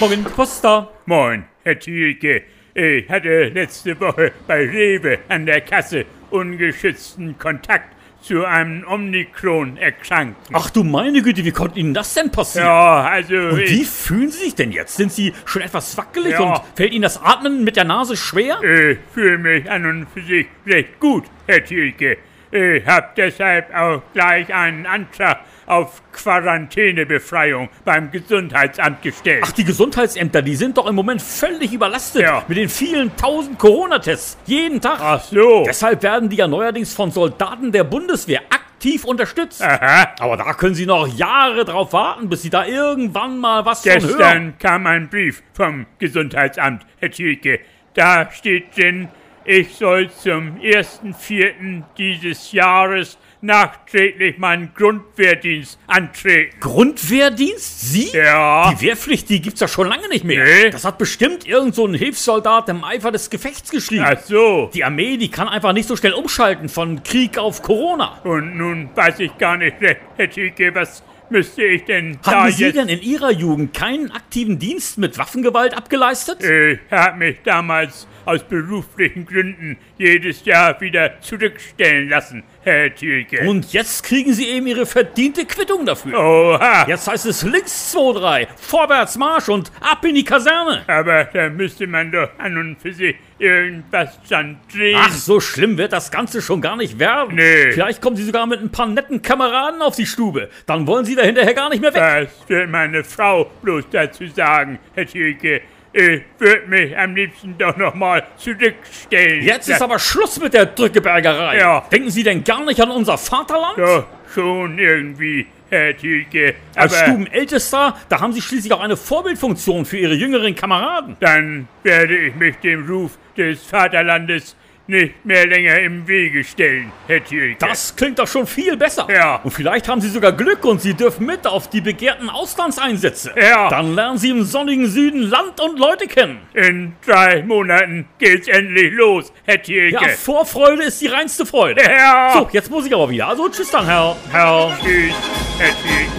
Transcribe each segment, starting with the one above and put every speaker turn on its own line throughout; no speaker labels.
Morgen, was ist da?
Moin, Herr Thielke. Ich hatte letzte Woche bei Rewe an der Kasse ungeschützten Kontakt zu einem Omikron-Erkrankten.
Ach du meine Güte, wie konnte Ihnen das denn passieren?
Ja, also
Und
ich,
wie fühlen Sie sich denn jetzt? Sind Sie schon etwas wackelig
Ja.
und fällt Ihnen das Atmen mit der Nase schwer?
ich äh, fühle mich an und für sich recht gut, Herr Thielke. Ich habe deshalb auch gleich einen Antrag auf Quarantänebefreiung beim Gesundheitsamt gestellt.
Ach, die Gesundheitsämter, die sind doch im Moment völlig überlastet
Ja.
mit den vielen tausend Corona-Tests jeden Tag.
Ach so.
Deshalb werden die ja neuerdings von Soldaten der Bundeswehr aktiv unterstützt.
Aha.
Aber da können Sie noch Jahre drauf warten, bis Sie da irgendwann mal was von hören.
Gestern kam ein Brief vom Gesundheitsamt, Herr Thielke. Da steht drin, ich soll zum 1.4. dieses Jahres nachträglich meinen Grundwehrdienst antreten.
Grundwehrdienst? Sie?
Ja.
Die Wehrpflicht, die gibt's ja schon lange nicht mehr.
Ah. Nee.
Das hat bestimmt irgend so ein Hilfssoldat im Eifer des Gefechts geschrieben.
Ach so.
Die Armee, die kann einfach nicht so schnell umschalten von Krieg auf Corona.
Und nun weiß ich gar nicht, recht, Herr Thielke, was müsste ich denn da
Haben Sie
jetzt...
denn in Ihrer Jugend keinen aktiven Dienst mit Waffengewalt abgeleistet?
Ich habe Äh, mich damals aus beruflichen Gründen jedes Jahr wieder zurückstellen lassen, Herr Thielke.
Und jetzt kriegen Sie eben Ihre verdiente Quittung dafür.
Oha.
Jetzt heißt es links 2-3, vorwärts Marsch und ab in die Kaserne.
Aber da müsste man doch an und für sich irgendwas dran drehen.
Ach, so schlimm wird das Ganze schon gar nicht werden.
Nee.
Vielleicht kommen Sie sogar mit ein paar netten Kameraden auf die Stube. Dann wollen Sie da hinterher gar nicht mehr weg.
Was wird meine Frau bloß dazu sagen, Herr Thielke? Ich würde mich am liebsten doch nochmal zurückstellen.
Jetzt ist
Das-
aber Schluss mit der Drückebergerei.
Ja.
Denken Sie denn gar nicht an unser Vaterland?
Doch, schon irgendwie, Herr Thielke.
Als
aber
Stubenältester, da haben Sie schließlich auch eine Vorbildfunktion für Ihre jüngeren Kameraden.
dann werde ich mich dem Ruf des Vaterlandes nicht mehr länger im Wege stellen, Herr Thielke.
Das klingt doch schon viel besser.
Ja.
Und vielleicht haben Sie sogar Glück und Sie dürfen mit auf die begehrten Auslandseinsätze.
Ja.
Dann lernen Sie im sonnigen Süden Land und Leute kennen.
In drei Monaten geht's endlich los, Herr
Ja,
Thielke.
Vorfreude ist die reinste Freude.
Ja.
So, jetzt muss ich aber wieder. Also tschüss dann, Herr. Herr.
Tschüss, Herr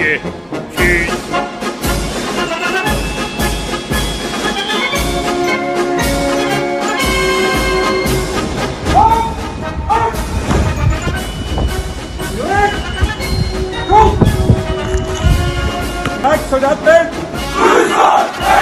Thielke. Tschüss.
Gut! Herzsoldaten! Grüße!